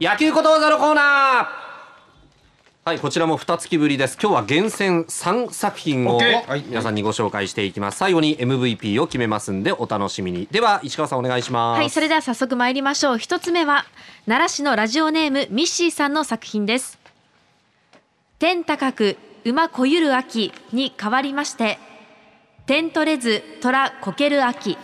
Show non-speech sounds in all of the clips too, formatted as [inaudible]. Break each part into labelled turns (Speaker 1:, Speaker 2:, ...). Speaker 1: 野球小道座のコーナーはいこちらも二月ぶりです今日は厳選3作品を
Speaker 2: OK はい
Speaker 1: 皆さんにご紹介していきます最後に MVP を決めますんでお楽しみにでは石川さんお願いします
Speaker 3: はい、それでは早速参りましょう。一つ目は、奈良市のラジオネーム、ミッシーさんの作品です。天高く、馬こゆる秋に変わりまして、天取れず、虎こける秋。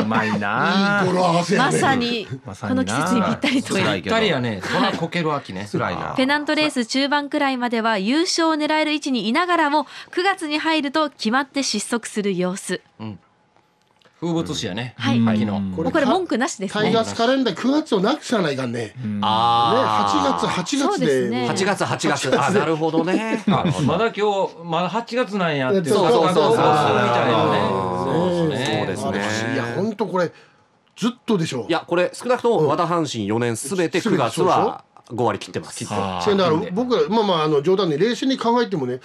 Speaker 2: うまいな
Speaker 4: 語呂合わせや
Speaker 3: [laughs] ま
Speaker 4: ね
Speaker 3: さに、こ
Speaker 2: まさにな
Speaker 3: の季節にぴったりという。
Speaker 5: ぴったりやね。そらこける秋ね。
Speaker 2: 辛いな
Speaker 3: ペナントレース中盤くらいまでは優勝を狙える位置にいながらも9月に入ると決まって失速する様子
Speaker 5: 風物詩やね。
Speaker 3: はい
Speaker 5: 秋の。
Speaker 3: もうこれ文句なしです
Speaker 4: タイ
Speaker 3: ね
Speaker 4: ガースカレンダー9月をなくさないかんね。ね
Speaker 1: あー
Speaker 4: 8月
Speaker 3: そう
Speaker 4: 8月
Speaker 3: で
Speaker 4: です
Speaker 3: ね
Speaker 1: 8月8月あなるほどね
Speaker 5: あまだ今日まだ8月なんやっていう
Speaker 4: そうそうそうそ
Speaker 5: 感覚
Speaker 4: う
Speaker 5: を持つみたいなね。
Speaker 1: そうですね
Speaker 4: あれ不思議いや本当これずっとでしょ。
Speaker 1: いやこれ少なくとも和田阪神4年すべて9月は5割切ってます
Speaker 5: あ
Speaker 4: それだから
Speaker 5: ー
Speaker 4: 僕らまあまああの冗談で冷静に考えてもね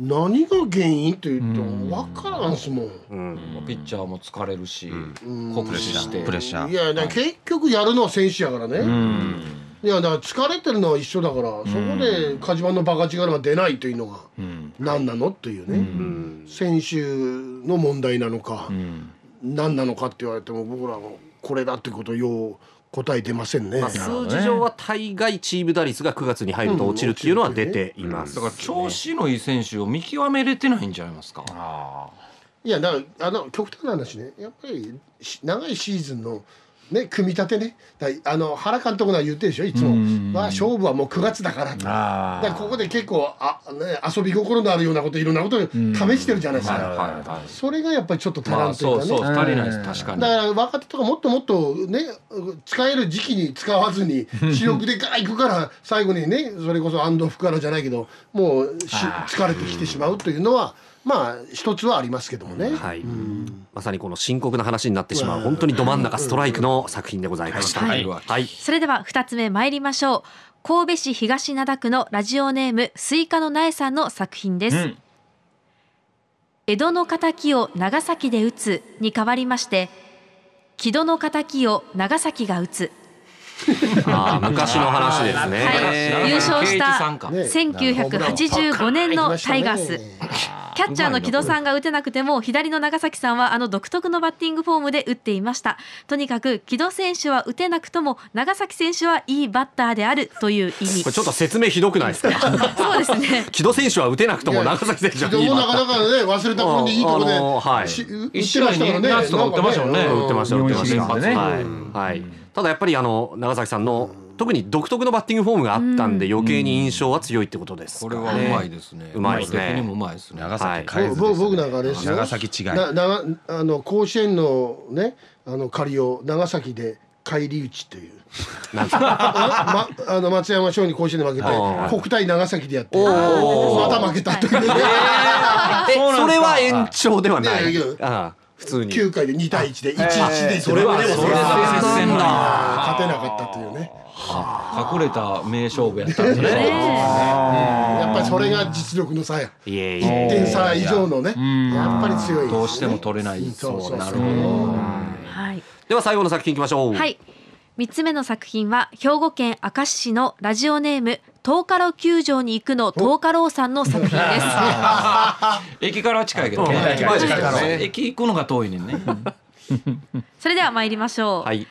Speaker 4: 何が原因というと分からんすもん。
Speaker 5: ピッチャーも疲れるし、酷使して。
Speaker 6: プレッシャ
Speaker 4: い
Speaker 6: ー。
Speaker 4: やだから結局やるのは選手やからね。いやだから疲れてるのは一緒だからそこで火事場のバカ力が出ないというのが何なのというね、選手の問題なのか、何なのかって言われても僕らもこれだってことをよう答えてませんね。
Speaker 1: まあ、数字上は大概チーム打率が9月に入ると落ちるっていうのは出ています、
Speaker 5: だから調子のいい選手を見極めれてないんじゃないですか。
Speaker 4: いやだからあの極端な話ねやっぱりし長いシーズンの、ね、組み立てねだあの原監督が言ってるでしょいつも、まあ、勝負はもう9月だからとだ
Speaker 2: あ
Speaker 4: からここで結構あ、ね、遊び心のあるようなこといろんなことを試してるじゃないですか、
Speaker 5: はいはい。
Speaker 4: それがやっぱりちょっと足
Speaker 5: ま
Speaker 4: ら
Speaker 5: あ
Speaker 4: んとい
Speaker 5: そうう
Speaker 4: かね、
Speaker 5: そう足りないです確かに
Speaker 4: だ。から若手とかもっともっとね使える時期に使わずに主力でガーッ行くから最後にねそれこそアンドフからじゃないけどもうし疲れてきてしまうというのはまあ一つはありますけどもね。
Speaker 1: はい、まさにこの深刻な話になってしまう本当にど真ん中ストライクの作品でございました。
Speaker 3: はい
Speaker 1: はい、
Speaker 3: それでは2つ目参りましょう神戸市東灘区のラジオネームスイカの苗さんの作品です、江戸の敵を長崎で打つに変わりまして木戸の敵を長崎が打つ
Speaker 1: あー昔の話ですね。
Speaker 3: はい優勝した
Speaker 5: 圭一さんか
Speaker 4: ね
Speaker 3: 1985年のタイガースキャッチャーの木戸さんが打てなくても左の長崎さんはあの独特のバッティングフォームで打っていましたとにかく木戸選手は打てなくとも長崎選手はいいバッターであるという意味
Speaker 1: これちょっと説明ひどくないですか。 [laughs]
Speaker 3: そうですね
Speaker 1: 木戸選手は打てなくとも長崎選手
Speaker 4: 昨
Speaker 1: はいい
Speaker 4: 日も
Speaker 1: バッ
Speaker 4: な
Speaker 1: タ
Speaker 4: かなかね忘れた頃でいいところで、
Speaker 1: あのーはい
Speaker 4: し打ってま
Speaker 5: 一
Speaker 4: し
Speaker 5: 試合
Speaker 4: たから
Speaker 5: に
Speaker 4: ね。
Speaker 5: 夏とか打ってましたもんね。
Speaker 1: ーうん打ってました打ってまし
Speaker 2: 日
Speaker 1: た。
Speaker 2: 本シリーズでね
Speaker 1: はい、はい、ただやっぱりあの長崎さんの特に独特のバッティングフォームがあったんで余計に印象は強いってことです
Speaker 5: こ
Speaker 1: か
Speaker 5: れ
Speaker 1: らね。
Speaker 5: はうまいですね。
Speaker 1: うまいですね
Speaker 5: 打撃にもうまいですね。
Speaker 6: 長
Speaker 1: はい
Speaker 6: 崎変えずですね
Speaker 4: 僕僕なんかあれですよ
Speaker 6: 長崎違い。
Speaker 4: ななあの甲子園のねあの借りを長崎で返り討ちという
Speaker 1: なんか
Speaker 4: あ、 [laughs] ま、 [laughs] あの松山商に甲子園で負けて
Speaker 1: あー
Speaker 4: 国体長崎でやって
Speaker 1: おー
Speaker 4: また負けたというね
Speaker 1: えそれは延長ではない
Speaker 4: ねいやいや。
Speaker 1: あー普通に。
Speaker 4: 9回で2対1で11でそれはでも
Speaker 5: それは接戦だ。
Speaker 4: 勝てなかったというね
Speaker 5: 隠れた名勝負やったんですね。
Speaker 3: ね
Speaker 4: やっぱりそれが実力の差や
Speaker 1: いえいえ。
Speaker 4: 1点差以上のねやっぱり強いですね
Speaker 5: どうしても取れない。
Speaker 4: そうそうそう
Speaker 5: なるほど。
Speaker 3: えはい
Speaker 1: では最後の作品いきましょう。
Speaker 3: はい。三つ目の作品は兵庫県明石市のラジオネーム東カロ球場に行くの東カローさんの作品
Speaker 1: [laughs]
Speaker 3: です。
Speaker 5: 駅からは近いけどね。
Speaker 1: うん
Speaker 5: まあ
Speaker 1: 近いからね
Speaker 5: 駅行くのが遠いねんね。
Speaker 3: それでは参りましょう。
Speaker 1: はい。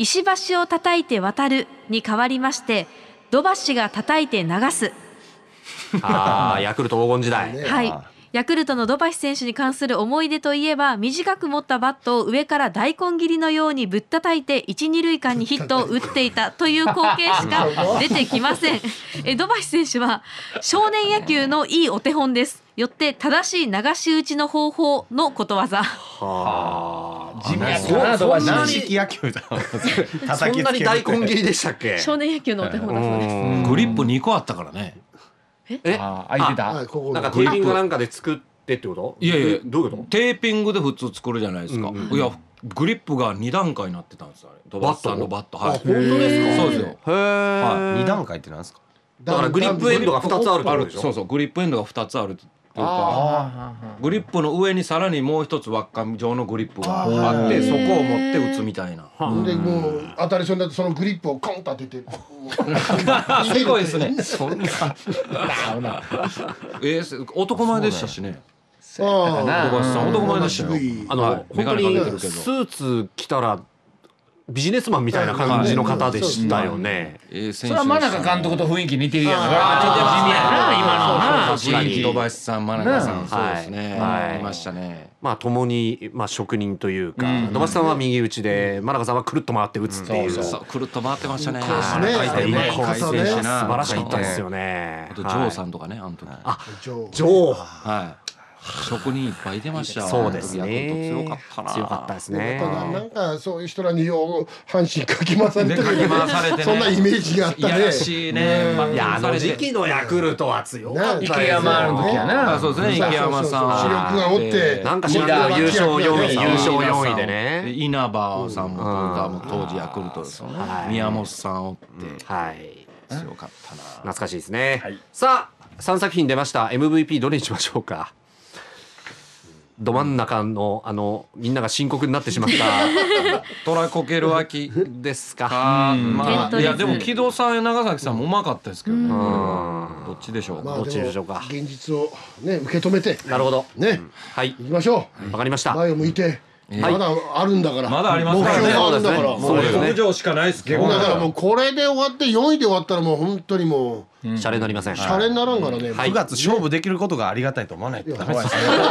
Speaker 3: 石橋を叩いて渡るに代わりまして土橋が叩いて流す。
Speaker 1: あ
Speaker 5: [laughs]
Speaker 1: あ、ヤクルト黄金時代。
Speaker 3: はい。ヤクルトの土橋選手に関する思い出といえば短く持ったバットを上から大根切りのようにぶったたいて一二塁間にヒットを打っていたという光景しか出てきませんえ土橋選手は少年野球のいいお手本ですよって正しい流し打ちの方法のことわざ
Speaker 6: 地味や
Speaker 1: な土橋
Speaker 6: 軟式野球だ。
Speaker 1: そんなに大根切りでしたっけ。
Speaker 3: 少年野球のお手本
Speaker 1: う
Speaker 3: だそうです
Speaker 1: ん
Speaker 5: グリップ2個あったからね。
Speaker 1: え、
Speaker 2: あー空いてた
Speaker 4: はいここ
Speaker 1: なんかテーピングかなんかで作ってってこと？
Speaker 5: いやいや
Speaker 1: どういうこと？
Speaker 5: テーピングで普通作るじゃないですか。いやグリップが2段階になってたんですあれ。ドバッさんのバット。はい。
Speaker 4: 本当ですか
Speaker 5: そうですよ。
Speaker 1: へえ。
Speaker 6: 二段階ってなんですか。
Speaker 1: だからグリップエンドが二つあるって
Speaker 5: あ
Speaker 1: こと
Speaker 5: る
Speaker 1: でし
Speaker 5: そう
Speaker 1: ょ。
Speaker 5: そうグリップエンドが2つあるというか
Speaker 2: ああ
Speaker 5: グリップの上にさらにもう一つ輪っか状のグリップがあってそこを持って打つみたいな
Speaker 4: でもう当たりそうになってそのグリップをコンと当てて
Speaker 5: すごいですね
Speaker 1: そんな
Speaker 5: えーす男前でしたしね
Speaker 4: あ
Speaker 5: 小林さん男前でしたよ
Speaker 4: 渋い
Speaker 1: あの
Speaker 5: メ
Speaker 1: 本
Speaker 5: ガ
Speaker 1: 当
Speaker 5: ネかけてる
Speaker 1: に
Speaker 5: けど
Speaker 1: スーツ着たらビジネスマンみたいな感じの方でしたよね。
Speaker 5: えー選
Speaker 2: そ
Speaker 5: 手
Speaker 2: れ
Speaker 5: でした
Speaker 2: は真中監督と雰囲気似てるやんか
Speaker 5: あー
Speaker 2: ちょっと地味
Speaker 1: そうそうそう
Speaker 2: やな今のな
Speaker 1: 確かに
Speaker 5: 小林さん真中さ
Speaker 2: ね
Speaker 5: んそうですね
Speaker 1: はい
Speaker 5: いましたね
Speaker 1: まあ共にまあ職人というか、
Speaker 5: うん
Speaker 1: 野橋さんは右打ちで、真中さんはくるっと回って打つっていう。
Speaker 2: うん
Speaker 5: そうくるっと回ってましたね
Speaker 4: そうです
Speaker 1: ね
Speaker 5: 回転ね
Speaker 1: ね
Speaker 5: 回転して
Speaker 1: 素
Speaker 5: な
Speaker 1: 晴らしかったですよね。
Speaker 5: あとジョーさ
Speaker 1: ん。
Speaker 5: んとかねあの時は
Speaker 4: ジョー
Speaker 1: ジョー。
Speaker 5: い職人いっぱい出ましたわ
Speaker 1: そうですね
Speaker 5: あの時ヤクルト強かったな
Speaker 1: 強かったですね。
Speaker 4: ただなんかそういう人らによう阪神かき回されて
Speaker 5: で
Speaker 4: る
Speaker 5: かき回されてね
Speaker 4: そんなイメージがあった
Speaker 5: いや
Speaker 4: ね
Speaker 5: らしいね
Speaker 1: いやあの時期のヤクルトは強かったですよ。
Speaker 4: ね
Speaker 2: 池山ある時や
Speaker 5: あ
Speaker 2: な
Speaker 5: そうですね
Speaker 4: そうそうそう
Speaker 5: 池山さん
Speaker 4: 主力がおって
Speaker 1: なんか知らんけど優勝4位、
Speaker 4: リーダ
Speaker 1: 優
Speaker 4: ー
Speaker 1: 勝4位でね。
Speaker 5: 稲葉さんも
Speaker 1: うん
Speaker 5: 当時ヤクルトですよね
Speaker 1: はい
Speaker 5: 宮本さんおって
Speaker 1: はい。
Speaker 5: 強かったな
Speaker 1: 懐かしいですね。
Speaker 2: はい
Speaker 1: さあ、三作品出ました。MVP どれにしましょうか。ど真ん中のあのみんなが深刻になってしまった
Speaker 5: トラコケル脇
Speaker 1: です
Speaker 5: [laughs]
Speaker 1: か。
Speaker 5: か
Speaker 2: うん
Speaker 5: ま
Speaker 3: 点
Speaker 5: あ
Speaker 3: 取率
Speaker 5: いやでも木戸さんや長崎さんもうまかったですけどね
Speaker 1: う
Speaker 3: う
Speaker 1: ん
Speaker 5: どっちでしょう
Speaker 4: まあ
Speaker 1: どっちでしょうか
Speaker 4: 現実をね受け止めて
Speaker 1: なるほど。
Speaker 4: ね
Speaker 1: はい
Speaker 4: 行、きましょ
Speaker 1: わかりまし
Speaker 4: う
Speaker 1: た。
Speaker 4: 前を向いてまだあるんだから
Speaker 5: まだありますからね
Speaker 4: 目標があるんだから
Speaker 1: そうですね
Speaker 5: 北上しかないですけ
Speaker 4: だからもうこれで終わって4位で終わったらもう本当にもう
Speaker 1: シャレになりません。
Speaker 4: シャレにならんからね、
Speaker 1: はい
Speaker 6: 9月勝負できることがありがたいと思わないとダメですね
Speaker 4: ま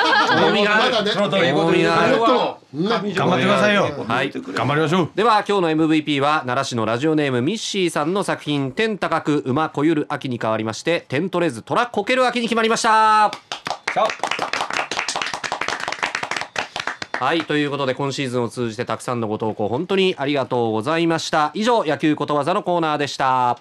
Speaker 4: だね
Speaker 2: その通り
Speaker 1: 重みがある
Speaker 4: もっとね
Speaker 6: 頑張ってくださいよ
Speaker 1: はい。
Speaker 6: 頑張りましょう
Speaker 1: では今日の MVP は奈良市のラジオネームミッシーさんの作品「天高く馬こゆる秋」に変わりまして「天取れず虎こける秋」に決まりましたはいということで今シーズンを通じてたくさんのご投稿本当にありがとうございました以上野球ことわざのコーナーでした